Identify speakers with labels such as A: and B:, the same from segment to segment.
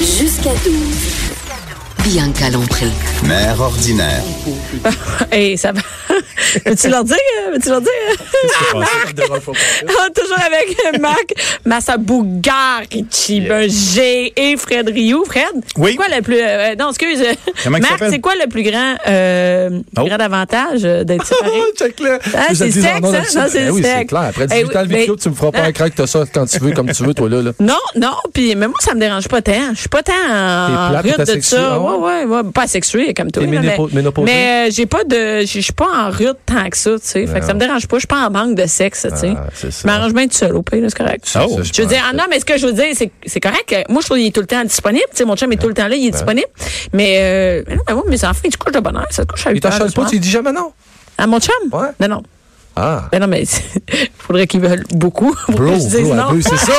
A: Jusqu'à 12. Bien calompré.
B: Mère ordinaire.
C: Hey, ça va. Veux-tu leur dire? euh, Veux-tu leur dire? Ah, toujours avec euh, Marc Massabougar, Richie Berger et Fred Rioux. Fred?
D: Oui.
C: C'est quoi le plus. euh, euh, non, excuse.
D: Comment il
C: Marc,
D: s'appelle?
C: c'est quoi le plus grand, euh,
D: Oh.
C: grand avantage euh, d'être séparé?
D: Check là.
C: Ah,
E: Vous
C: c'est
E: êtes des
C: sexe,
E: endroits
C: hein?
E: d'absurde.
C: Non, c'est
E: Ben oui, c'est
C: sexe.
E: clair. Après
C: Eh
E: 18
C: oui,
E: ans, le
C: mais-
E: vidéo, tu me feras pas un crack, t'as ça quand tu veux, comme tu veux, toi, là. là.
C: Non, non, puis mais moi ça me dérange pas tant. Je suis pas tant en
E: T'es plate,
C: rut
E: t'es
C: de
E: asexuée,
C: ça.
E: ah
C: Ouais, ouais, ouais, pas asexuée comme toi.
E: T'es
C: là, mais
E: ménépo- ménopausée.
C: mais euh, j'ai pas de je je suis pas en rut tant que ça, tu sais. Fait que ça me dérange pas, je suis pas en manque de sexe, tu sais.
E: Ah, c'est ça.
C: Je m'arrange bien tout seul au pire, là, c'est correct.
E: C'est ça,
C: Je veux
E: pense.
C: dire, ah non, mais ce que je veux dire, c'est que c'est correct. que Moi, je trouve qu'il est tout le temps disponible. Tu sais, mon chum est tout le temps là, il est disponible. Mais, euh, mais non, mais moi, mes enfants, ils se couchent de bonheur. Ça se couche à 8
E: Il t'achète pas, tu lui dis jamais non.
C: À mon chum?
E: Ouais.
C: Non, non.
E: Ah.
C: Ben non, mais il faudrait qu'ils veulent beaucoup pour que
D: Bro,
E: Oh,
C: je dise
D: bro,
C: non.
D: abuse, c'est ça.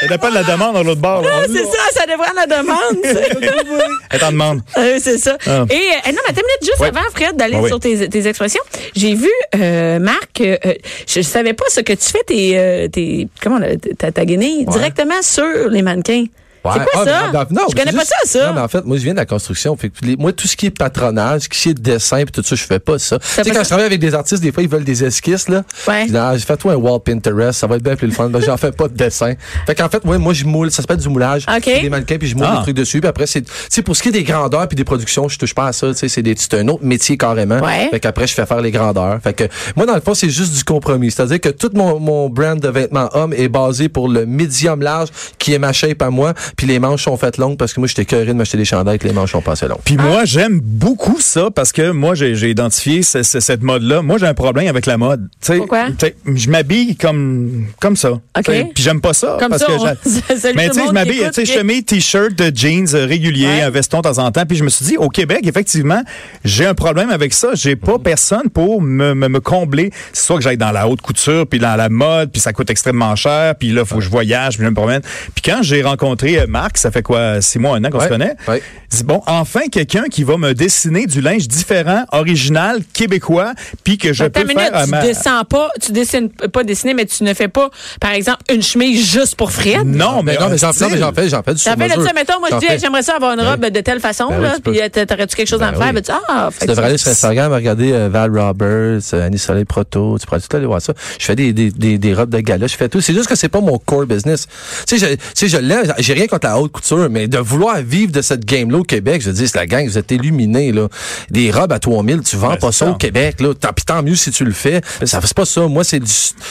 D: Ça dépend de la demande à l'autre bord. là.
C: Ah, c'est ça, ça devrait être la demande. tu sais.
D: Elle t'en demande.
C: Euh, c'est ça.
D: Ah.
C: Et euh, non, mais attends une minute, juste avant, Fred, d'aller
D: Ah oui.
C: sur tes, tes expressions, j'ai vu, euh, Marc, euh, euh, je ne savais pas ce que tu fais, tes, euh, tes, comment, là, ta, ta guenille, directement sur les mannequins.
E: Ouais.
C: C'est quoi
E: Ah,
C: ça?
E: mais en- non,
C: je connais
E: c'est
C: pas
E: juste-
C: ça, ça.
E: Non, mais en fait, moi, je viens de la construction. Fait que les- moi, tout ce qui est patronage, ce qui est dessin, puis tout ça, je fais pas ça. Tu sais,
C: pas
E: quand
C: ça?
E: je travaille avec des artistes, des fois, ils veulent des esquisses, là.
C: Ouais.
E: Je dis, Ah, fais-toi un wall Pinterest, ça va être bien plus le fun. Ben, j'en fais pas de dessin. Fait qu'en fait, ouais, moi, je moule, ça s'appelle du moulage.
C: OK.
E: J'ai des mannequins, puis je moule
D: Ah.
E: des trucs dessus. Puis après, c'est, tu sais, pour ce qui est des grandeurs puis des productions, je touche pas à ça. Tu sais, c'est des, c'est un autre métier carrément.
C: Ouais.
E: Fait qu'après, je fais faire les grandeurs. Fait que, moi, dans le fond, c'est juste du compromis. C'est-à-dire que tout mon, mon brand de vêtements hommes est basé pour le medium large, qui est ma shape à moi, puis les manches sont faites longues parce que moi, j'étais curé de m'acheter des chandails que les manches sont pas assez longues.
D: Puis moi, j'aime beaucoup ça parce que moi, j'ai j'ai identifié ce- ce- cette mode-là. Moi, j'ai un problème avec la mode. Tu sais,
C: Pourquoi?
D: tu sais, Je m'habille comme, comme ça. Tu sais, Puis j'aime pas ça.
C: Comme
D: parce
C: ça,
D: que
C: on-
D: j'a-
C: salut
D: Mais
C: tout le
D: tu sais, je
C: monde qui
D: m'habille,
C: écoute,
D: tu sais, je
C: qui-
D: fais mes t-shirts de jeans euh, réguliers,
C: Ouais.
D: un veston de temps en temps. Puis je me suis dit, au Québec, effectivement, j'ai un problème avec ça. J'ai pas
C: Mm-hmm.
D: personne pour me, me, me combler. C'est soit que j'aille dans la haute couture, puis dans la mode, puis ça coûte extrêmement cher. Puis là, faut que je voyage, puis je me promène. Puis quand j'ai rencontré euh, Marc, ça fait quoi, six mois, un an qu'on se
E: Ouais.
D: connaît?
E: Ouais.
D: Je dis, bon, enfin quelqu'un qui va me dessiner du linge différent, original, québécois, puis que je
C: Attends
D: peux
C: une minute,
D: faire
E: euh,
D: à
C: tu
D: ma-
C: descends pas, tu dessines pas dessiner, mais tu ne fais pas, par exemple, une chemise juste pour Fred.
D: Non, mais,
E: Ben non, mais j'en
D: un
E: fais,
D: style.
E: j'en fais, j'en fais du
C: Ça fait là,
E: sur-mesure.
C: tu sais, mettons, moi, je
E: J'en
C: dis,
E: fais.
C: hey, j'aimerais ça avoir une robe de telle façon,
E: Ben oui,
C: là,
E: tu peux.
C: puis euh, t'a- t'aurais-tu quelque chose à me
E: Ben
C: faire?
E: oui.
C: Ben, tu dis, ah, fait
E: Tu
C: que
E: devrais aller
C: ça-
E: sur Instagram regarder euh, Val Roberts, euh, Annie Soleil Proto. Tu pourrais tout aller voir ça. Je fais des, des, des, des robes de gala, je fais tout. C'est juste que c'est pas mon core business. Tu sais, je, tu sais, je l'aime, j'ai rien contre la haute couture, mais de vouloir vivre de cette game-là au Québec, je dis, c'est la gang, vous êtes illuminés, là. Des robes à 3000, tu vends
D: Ben,
E: pas
D: c'est
E: ça au
D: ça.
E: Québec, là. Tant, pis tant mieux si tu le fais. Ça fait pas ça. Moi, c'est du,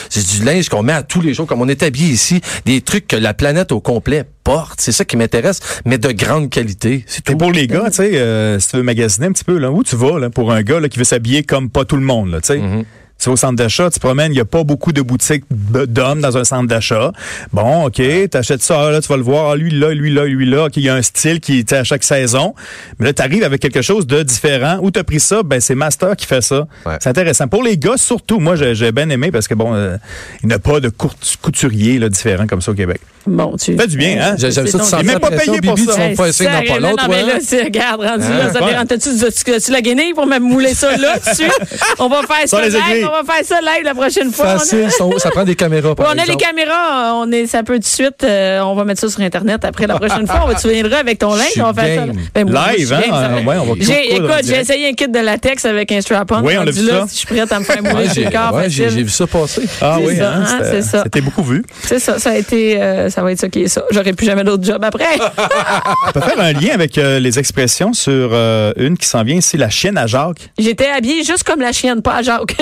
E: c'est du linge qu'on met à tous les jours, comme on est habillé ici. Des trucs que la planète au complet porte. C'est ça qui m'intéresse, mais de grande qualité. C'est
D: Et
E: tout.
D: pour les gars, tu sais, euh, si tu veux magasiner un petit peu, là, où tu vas là, pour un gars là, qui veut s'habiller comme pas tout le monde, là, tu sais?
E: Mm-hmm.
D: Tu vas au centre d'achat, tu te promènes, il n'y a pas beaucoup de boutiques de- d'hommes dans un centre d'achat. Bon, OK, tu achètes ça, ah, là, tu vas le voir, ah, lui là, lui là, lui là, OK, il y a un style qui est à chaque saison. Mais là, tu arrives avec quelque chose de différent. Où tu as pris ça? Ben, c'est Master qui fait ça.
E: Ouais.
D: C'est intéressant. Pour les gars, surtout, moi, j'ai j'ai bien aimé parce que, bon, euh, il n'y a pas de court- couturier là, différent comme ça au Québec.
C: Bon, tu.
D: Fait du bien, hein?
E: J'aime ça, tu
C: C'est donc-
E: sens
D: Il est
E: la
D: même pas
E: pression,
D: payé pour
E: Bibi,
D: ça.
E: tu vas me faire un signe dans pas
C: sérieux,
E: l'autre,
C: non, mais
E: ouais.
C: là, c'est- regarde, rendu
E: Hein?
C: là, ça
D: hein? Ouais.
C: fait rentre-tu tu, tu la guenille pour me mouler ça là, tout de suite? On va faire
D: Sans
C: ça
D: les aiguilles.
C: live, on va faire ça live la prochaine fois.
E: Facile, son- ça prend des caméras.
C: On
E: par
C: a, on a les
E: exemple.
C: caméras, on est, ça peut tout de suite, euh, on va mettre ça sur Internet après la prochaine fois. On va, tu viendras avec ton linge,
E: suis
C: on va faire ça.
E: game.
C: Ben, moi, moi, je
D: Live,
C: suis
D: hein?
C: game, ça va.
D: Ouais, on va tout
C: J'ai,
D: coudre en
C: écoute, j'ai
D: direct.
C: essayé un kit de latex avec un strap-on.
D: Oui, on
C: Rendu
D: l'a vu
C: là,
D: ça.
C: Si je suis prête à me faire mouler
E: Ouais,
C: sur
E: j'ai
C: le corps,
E: ouais, j'ai-
C: facile.
E: j'ai vu ça passer.
D: Ah
C: C'est
D: oui,
C: ça,
D: hein,
C: hein,
D: c'était-
C: c'est ça.
D: C'était beaucoup vu.
C: C'est ça, ça a été, euh, ça va être ça qui est ça. J'aurais plus jamais d'autres jobs après.
D: On peut faire un lien avec euh, les expressions sur euh, une qui s'en vient ici, la chienne à Jacques.
C: J'étais habillée juste comme la chienne, pas à Jacques.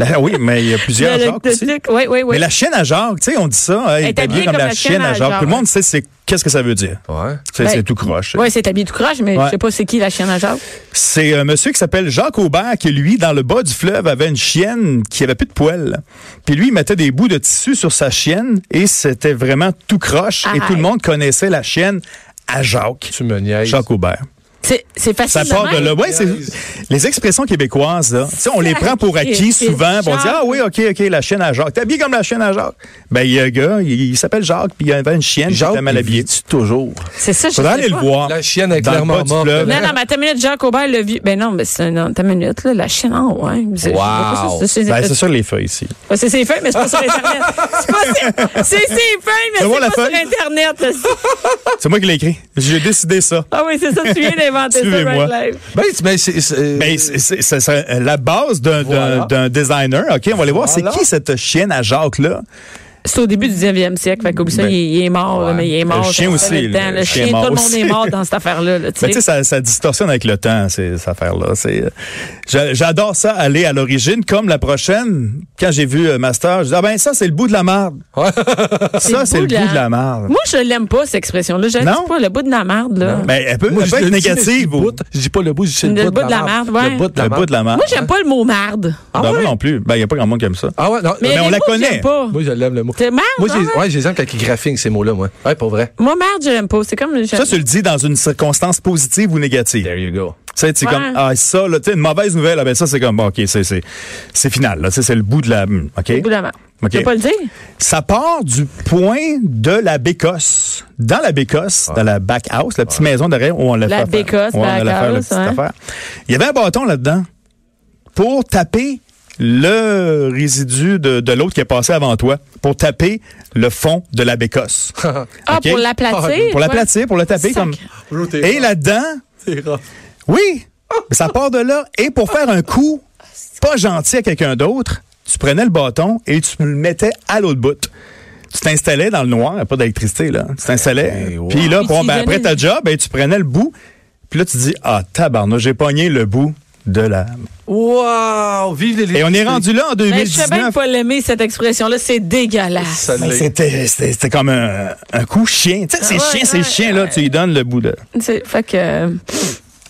D: Ah oui, mais il y a plusieurs Jacques aussi.
C: Oui, oui, oui.
D: Mais la chienne à Jacques, tu sais, on dit ça,
C: Elle
D: elle est habillée comme la chienne à Jacques. Tout le monde sait c'est qu'est-ce que ça veut dire.
E: Ouais.
D: C'est
C: Ben,
D: c'est tout croche.
C: Oui, c'est habillé tout croche, mais
D: Ouais.
C: je sais pas c'est qui la chienne à Jacques.
D: C'est un monsieur qui s'appelle Jacques Aubert qui, lui, dans le bas du fleuve, avait une chienne qui avait plus de poils. Puis lui, il mettait des bouts de tissu sur sa chienne et c'était vraiment tout croche. Et
C: Ah.
D: tout le monde connaissait la chienne à Jacques.
E: Tu me niaises.
D: Jacques Aubert.
C: C'est c'est facile.
D: Ça part de
C: même.
D: là. Ouais, c'est les expressions québécoises là. Tu sais, on les prend pour acquis souvent, puis on dit ah oui, OK, OK, la chienne à Jacques. T'es habillé comme la chienne à Jacques. Ben il y a un gars, il, il s'appelle Jacques, puis il avait une chienne, qui
E: Jacques,
D: était mal
E: il
D: habillée.
E: vit-tu toujours.
C: C'est ça, je
D: Faudrait
C: sais
D: aller le
C: pas.
D: voir.
E: La chienne est
D: Dans le
E: clairement
D: bas du
E: morte.
D: fleuve.
C: Non, non, mais ta minute, Jacques Aubert, le vieux. Ben non, mais c'est. Non, ta minute, là, la chienne en haut, hein. C'est- je sais pas
E: Wow.
C: ça, C'est
D: Ben,
C: c'est-
D: c'est sur les feuilles ici.
C: Ouais, c'est ses feuilles, mais c'est pas sur Internet. C'est pas ses- C'est ses feuilles, mais
D: C'est
C: c'est
D: moi, la
C: pas sur
D: feuille?
C: Internet. là.
D: C'est moi qui l'ai écrit. J'ai décidé ça.
C: Ah oui, c'est ça, tu viens d'inventer ça,
D: Suivez-moi.
C: Right Life.
E: Ben, c'est- ben, c'est- c'est-
D: Ben, c'est- c'est c'est- c'est la base d'un d'un-
E: Voilà.
D: d'un designer. OK, on va aller voir.
E: Voilà.
D: C'est qui cette chienne à Jacques, là?
C: C'est au début du 19e siècle, fait qu'oublie ça,
D: Ben,
C: il, il est mort, là, mais il est mort.
D: Le chien
C: ça fait
D: aussi,
C: le temps.
D: le
C: Le
D: chien
C: chien,
D: mort
C: tout le monde
D: aussi.
C: est mort dans cette affaire-là, là, tu
D: Mais tu
C: sais.
D: sais, ça, ça distorsionne avec le temps, ces, ces affaires-là. C'est, euh, j'a- j'adore ça, aller à l'origine, comme la prochaine. Quand j'ai vu euh, Master, je dis, ah ben ça, c'est le bout de la marde. ça, c'est le bout de la marde.
C: Moi, je l'aime pas, cette expression-là. Je
D: Non?
C: l'aime pas, le bout de la marde, là.
D: Ben, elle peut,
E: Moi,
D: elle
E: je
D: peut être
E: le dis, mais je dis
D: négative.
E: le
D: ou-
E: bout. Je dis pas le bout, je dis
C: Le
E: le,
C: bout de la marde, ouais.
E: Le bout de
D: le
E: la
D: bout de la marde.
C: Moi, j'aime pas le mot marde.
E: Ah
D: Ben,
E: ouais?
D: Moi non plus. Ben, il n'y a pas grand monde qui aime ça.
E: Ah ouais, non.
D: Mais
C: il y a
D: Ben, on
C: des
D: la
C: mots que
D: connaît.
C: j'aime pas.
E: Moi, je l'aime le mot.
C: C'est marde,
E: Moi, j'ai-
C: ah ouais?
E: ouais, je les aime quand ils graphiquent ces mots-là, moi. Ouais, pour vrai.
C: Moi, marde, je l'aime pas. C'est comme.
D: Ça, tu le dis dans une circonstance positive ou négative.
E: you go.
D: Tu sais, tu es
C: Ouais.
D: comme, ah, ça, là, tu sais, une mauvaise nouvelle, ah, ben ça, c'est comme, bon, OK, c'est- c'est c'est final, là, Tu sais, c'est le bout de la. hmm, OK?
C: Le bout de la marde.
D: OK.
C: Tu peux pas le dire?
D: Ça part du point de la Bécosse. Dans la Bécosse, dans la back house, la petite maison derrière où on l'a
C: La
D: fait. faire.
C: Bécosse,
D: Ouais, on a
C: back
D: la faire, la
C: house,
D: petite
C: ouais.
D: affaire. Il y avait un bâton là-dedans pour taper le résidu de, de l'autre qui est passé avant toi, pour taper le fond de la Bécosse.
C: Ah,
D: OK?
C: pour l'aplatir.
D: Pour l'aplatir, pour le taper
C: Sac.
D: comme. Et
E: Et la.
D: là-dedans, oui, ça part de là. Et pour faire un coup pas gentil à quelqu'un d'autre, tu prenais le bâton et tu le mettais à l'autre bout. Tu t'installais dans le noir, y a pas d'électricité, là. Tu t'installais.
E: Hey, wow.
D: Puis là,
C: Puis
D: bon,
C: tu
D: ben,
C: donnais
D: après ta
C: le-
D: job, ben, tu prenais le bout. Puis là, tu dis, ah, tabarnak, j'ai pogné le bout de la...
E: Wow! Vive les
D: Et on est rendu là en
C: Ben, je sais bien
D: 2019.
C: pas l'aimer, cette expression-là. C'est dégueulasse.
E: Ça
D: Mais
E: l'est.
D: C'était c'était- c'était comme un, un coup chien. Tu sais, c'est
C: Ah Ouais,
D: chien, c'est
C: ouais,
D: chien, là. Tu lui donnes le bout de...
C: C'est- Fait que. euh,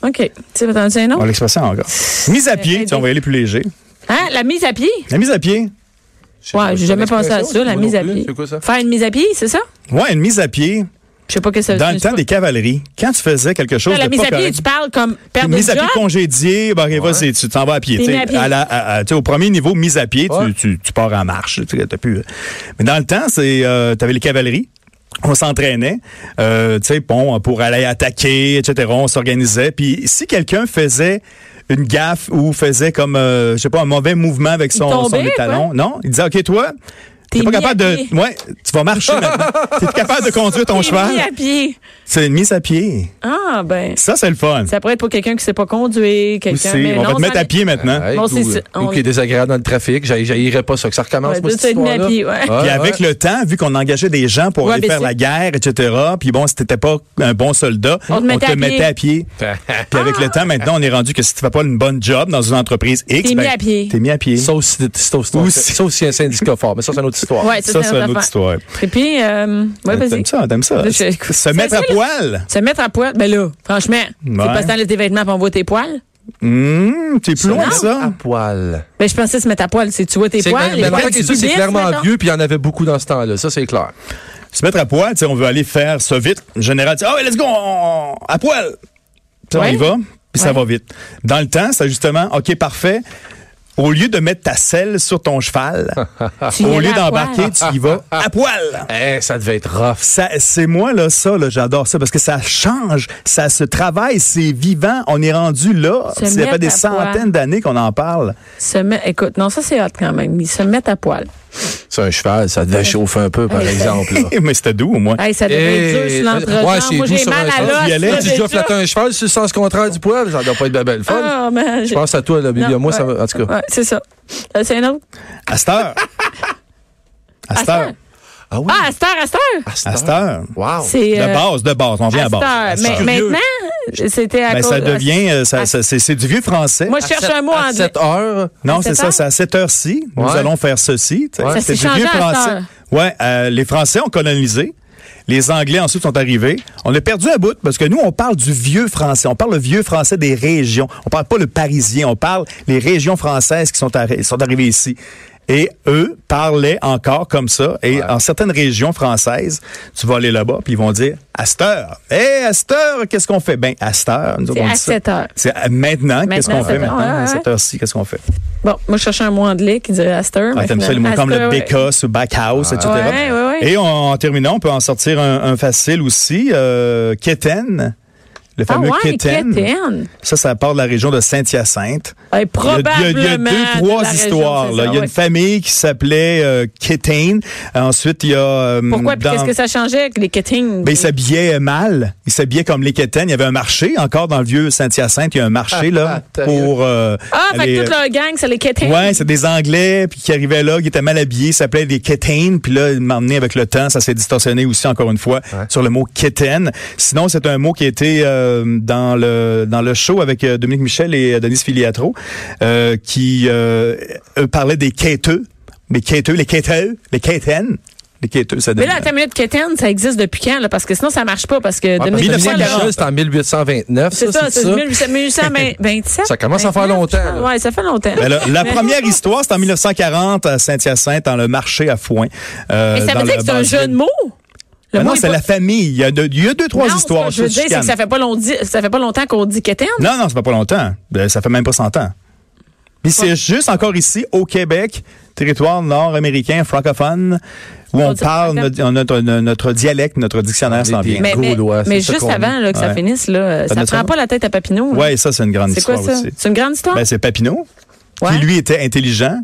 C: OK. Tu sais, t'en dis un
D: On
C: autre?
D: l'expression encore. Mise à pied, tu sais, on va aller plus léger.
C: Hein? La mise à pied?
D: La mise à pied.
E: Je sais pas,
C: Ouais, j'ai jamais pensé à
E: l'expression,
C: ça, la
E: moi
C: mise
E: non
C: à
E: plus.
C: pied.
E: C'est quoi ça?
C: Faire une mise à pied, c'est ça?
D: Ouais, une mise à pied.
C: Je sais pas que ça
D: Dans
C: je
D: le
C: sais
D: temps
C: pas.
D: des cavaleries, quand tu faisais quelque chose
C: Non, La
D: de
C: mise
D: pas
C: à pied,
D: correct,
C: tu parles comme perdre
D: mise
C: le
D: à pied
C: job.
D: congédié, ben, vas-y, tu t'en vas à pied.
C: T'es
D: tu sais.
C: mis à pied.
D: À la- à- à- tu sais, au premier niveau, mise à pied, tu-
E: Ouais.
D: tu, tu pars en marche. tu sais, t'as plus- Mais dans le temps, c'est tu avais les cavaleries. On s'entraînait, euh, tu sais, bon, pour aller attaquer, etc. On s'organisait. Puis si quelqu'un faisait une gaffe ou faisait comme, euh, je sais pas, un mauvais mouvement avec son, son
C: tombait,
D: étalon, non, il disait, ok, toi, t'es
C: T'es
D: pas
C: mis à
D: capable
C: pied.
D: de, ouais, tu vas marcher. maintenant. t'es plus capable de conduire ton
C: T'es
D: cheval.
C: Mis à pied.
D: C'est une mise à pied.
C: Ah, ben.
D: Ça, c'est le fun.
C: Ça pourrait être pour quelqu'un qui sait pas conduire,
D: Aussi,
C: quelqu'un. mais non,
D: on va te
C: ça
D: mettre à
C: l'est-
D: pied maintenant.
E: Ouais,
C: Bon,
E: ou,
C: c'est ça,
E: ou
C: on-
E: qui est désagréable dans le trafic, j'aille- j'haïrais pas ça, que ça recommence,
C: Ouais,
E: moi,
C: de
E: cette
C: se mettre à
E: histoire-là.
C: pied, ouais.
D: Puis avec le temps, vu qu'on engageait des gens pour
C: Ouais,
D: aller
C: ben
D: faire
C: c'est-
D: la guerre, etc., puis bon, si t'étais pas un bon soldat,
C: On te mettait
D: te
C: à
D: mettait
C: pied.
D: à pied.
C: Ah.
D: Puis avec le temps, maintenant, on est rendu que si tu fais pas une bonne job dans une entreprise X, ben,
C: T'es mis à pied.
D: T'es mis à pied.
E: Sauf si, sauf si-
D: Ou si-
E: sauf si un syndicat fort, mais ça, c'est une autre histoire.
C: Ouais,
D: ça, c'est une autre histoire.
C: Et puis, euh, ouais, vas-y.
D: T'aimes ça, t'aimes ça.
C: Je-
D: Se
C: C'est
D: mettre
C: ça,
D: à
C: là.
D: poil.
C: Se mettre à poil, ben là, franchement,
D: Ouais.
C: c'est pas se tes vêtements pour on voit tes poils.
D: Hum, t'es plus loin
C: Non.
D: que
E: À
D: ça.
E: poil.
C: Ben, je pensais se mettre à poil, c'est tu vois tes
E: C'est
C: poils.
E: mais-
C: les
E: mais
C: poils
E: maintenant
C: du
E: que ça, c'est
C: pubis,
E: clairement
C: mettons.
E: vieux, puis il y en avait beaucoup dans ce temps-là. Ça, c'est clair.
D: Se mettre à poil, tu sais, on veut aller faire ça vite. En Général, tu dis, ah ouais, let's go, on- à poil. Puis on
C: Ouais.
D: y va, puis ça
C: Ouais.
D: va vite. Dans le temps, c'est justement, OK, parfait. Au lieu de mettre ta selle sur ton cheval,
C: Tu y
D: au
C: allais
D: lieu
C: à
D: d'embarquer,
C: poil.
D: tu y vas à poil.
E: Eh, ça devait être rough.
D: Ça, c'est moi, là, ça, là, j'adore ça, parce que ça change, ça se travaille, c'est vivant, on est rendu là.
C: Se
D: Ça fait
C: mettre
D: des
C: à
D: centaines
C: poil.
D: d'années qu'on en parle.
C: Se met- écoute, non, ça c'est hot quand même. Ils se mettent à poil.
E: C'est un cheval, ça devait chauffer un peu, par exemple. là.
D: Mais c'était doux, au moins.
C: Hey, ça devait être dur
E: Eh,
C: sur l'entrejambe.
E: ouais, c'est
C: Moi,
E: doux
C: j'ai
E: sur
C: mal à
E: l'entrejambe.
D: Tu y allais,
C: l'os. là,
E: Hey, tu as déjà flatté un cheval sur le sens contraire du poil, ça doit pas être bien belle fun.
C: Ah, man,
E: je
C: j'ai-
E: pense à toi, là, Bibi.
C: Non,
E: Moi, ça
C: ouais.
E: me- En tout cas.
C: Ouais, c'est ça. Euh, C'est un autre.
D: À cette heure. À cette heure.
E: Ah oui.
C: Ah, à cette heure, à cette heure.
D: À cette heure.
E: Wow.
C: C'est.
D: De
C: euh,
D: base, de base, on vient à
C: à cette
D: base. À
C: heure.
D: cette heure.
C: Mais maintenant, c'était à
D: Ben,
C: cause.
D: ça devient, euh, ça-
C: à-
D: ça- c'est c'est du vieux français.
C: Moi, je cherche
E: Sept-
C: un mot
E: à
C: en anglais.
E: 7 heures.
D: Non,
C: à
D: c'est
C: cette
D: ça,
C: heure?
D: c'est à cette heure-ci. Nous
E: Ouais.
D: allons faire ceci. tu sais. C'est
E: Ouais.
C: Ça s'est
D: du vieux
C: changé à cette
D: français.
C: heure.
D: Ouais, euh, les Français ont colonisé. Les Anglais ensuite sont arrivés. On a perdu un bout parce que nous, on parle du vieux français. On parle le vieux français des régions. On parle pas le parisien. On parle les régions françaises qui sont, arri- sont arrivées ici. Et eux parlaient encore comme ça. Et en certaines régions françaises, tu vas aller là-bas, puis ils vont dire à cette heure, hé, à cette heure, qu'est-ce qu'on fait? Ben, à cette heure, nous
C: C'est
D: on dit
C: à
D: ça.
C: cette heure.
D: C'est à- maintenant, qu'est-ce
C: Maintenant,
D: qu'on fait
C: cette heure,
D: maintenant?
C: ouais,
D: À
C: ouais.
D: cette heure-ci, qu'est-ce qu'on fait?
C: Bon, moi, je cherchais un mot anglais qui dirait Aster.
D: Ah,
C: mais
D: t'aimes ça, les
C: finalement,
D: mots comme le
C: Aster, ouais.
D: Bécasse, Backhouse, etc.
C: Ouais, ouais, ouais.
D: Et on- en terminant, on peut en sortir un, un facile aussi, euh, Kéten, le
C: Ah
D: fameux
C: ouais,
D: Kéten.
C: Kéten.
D: Ça, ça part de la région de Saint-Hyacinthe.
C: Eh,
D: Il y a-
C: probablement.
D: il y a- Il y a, deux,
C: de
D: trois
C: la région,
D: histoires.
C: c'est
D: là.
C: ça,
D: Il y a
C: ouais.
D: une famille qui s'appelait euh, Kéten. Ensuite, il y a... euh,
C: Pourquoi? Puis
D: dans-
C: qu'est-ce que ça changeait avec les Kétings?
D: ben, il s'habillait mal. Il s'habillait comme les Kéten. Il y avait un marché encore dans le vieux Saint-Hyacinthe. Il y a un marché là pour... euh,
C: ah, fait
D: aller-
C: que toute leur gang, c'est les Kétings.
D: Ouais, c'est des Anglais puis qui arrivaient là, qui étaient mal habillés, ça s'appelait des kétaines, puis là, m'emmener avec le temps, ça s'est distorsionné aussi encore une fois sur le mot kétaine. Sinon, c'est un mot qui était euh, dans le dans le show avec euh, Dominique Michel et euh, Denise Filiatro, euh, qui euh, eux parlaient des quêteux, mais quêteux, les quêteux, les quétaines, les quêteux, ça
C: Mais
D: donne-
C: là, ta minute Kéten, ça existe depuis quand? Là? Parce que sinon, ça marche pas. Parce que
E: Ouais, parce que
C: Dominique
E: Dominique
C: Michel,
D: Michel,
E: Ah, Michel, c'est en 1829.
C: c'est ça, c'est 1827.
E: Ça commence à faire
C: 29,
E: longtemps,
C: je pense.
E: là.
C: Ouais, ça fait longtemps.
D: Ben là, la
C: Mais-
D: première histoire, c'est en 1940 à Saint-Hyacinthe, dans le marché à Foin. euh,
C: Mais ça
D: dans
C: veut
D: le
C: dire que c'est un
D: bas-
C: jeu de mots? Le
D: Ben
C: mot
D: non,
C: est
D: c'est
C: pas-
D: la famille. Il y a deux, il y a deux trois
C: Non,
D: histoires.
C: Ce que je veux
D: se
C: dire, c'est que
D: chicanent.
C: ça fait pas longtemps, ça fait pas longtemps qu'on dit Kéten.
D: Non, non, ça fait pas longtemps. Ben, Ça fait même pas 100 ans. Puis c'est juste encore ici, au Québec, territoire nord-américain, francophone, où on
C: dit-
D: parle notre, notre, notre dialecte, notre dictionnaire s'en
E: Des-
D: vient.
E: des-
C: Mais, mais,
E: Gaulois, c'est
C: mais
E: ça
C: juste
E: qu'on dit.
C: avant là, que ça
D: Ouais.
C: finisse, là, ça,
D: Ça
C: prend
D: donne
C: pas la tête à Papineau. là.
D: Ouais, ça, c'est une grande
C: c'est quoi
D: histoire
C: ça?
D: aussi.
C: C'est une grande histoire?
D: Ben, c'est Papineau,
C: Ouais.
D: qui lui était intelligent.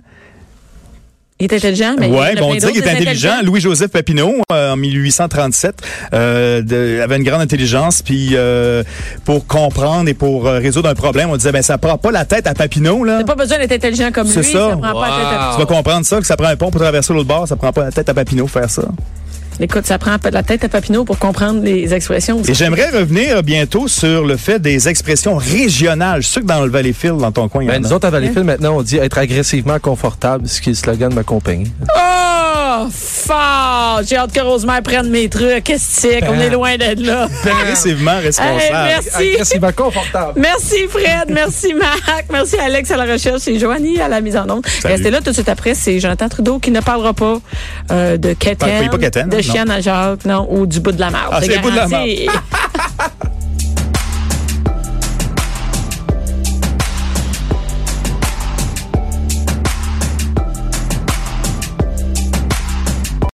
C: il était intelligent, mais il y en a
D: ouais, bon, on
C: plein
D: dirait qu'il
C: d'autres
D: était
C: des
D: intelligent.
C: intelligents.
D: Louis-Joseph Papineau, euh, en 1837, euh, de- avait une grande intelligence. Puis euh, pour comprendre et pour euh, résoudre un problème, on disait, ben ça prend pas la tête à Papineau, là.
C: T'as pas besoin d'être intelligent comme lui,
D: C'est
C: ça,
D: ça.
C: prend pas la tête à
E: Ah.
D: Tu vas comprendre ça, que ça prend un pont pour traverser l'autre bord, ça prend pas la tête à Papineau faire ça.
C: Écoute, ça prend pas la tête à Papineau pour comprendre les expressions.
D: Et j'aimerais revenir euh, bientôt sur le fait des expressions régionales. Je suis sûr que dans le Valleyfield, dans ton coin, il y en
E: Ben,
D: a.
E: nous autres, à Valleyfield, maintenant, on dit être agressivement confortable, ce qui est le slogan de ma compagnie.
C: Oh, fort! J'ai hâte que Rosemère prenne mes trucs. Qu'est-ce que c'est qu'on est loin d'être là?
D: Agressivement responsable.
C: Hey, merci.
E: Agressivement confortable.
C: Merci Fred, merci Marc, merci Alex à la recherche et Joanie à la mise en onde.
D: Salut.
C: Restez là tout de suite après, c'est Jonathan Trudeau qui ne parlera pas euh, de
D: Parle-
C: Kéten,
D: pas Kéten,
C: de
D: non.
C: Chienne à Jacques, non, ou du bout de la marde.
D: Ah, c'est le bout de la
C: garanti.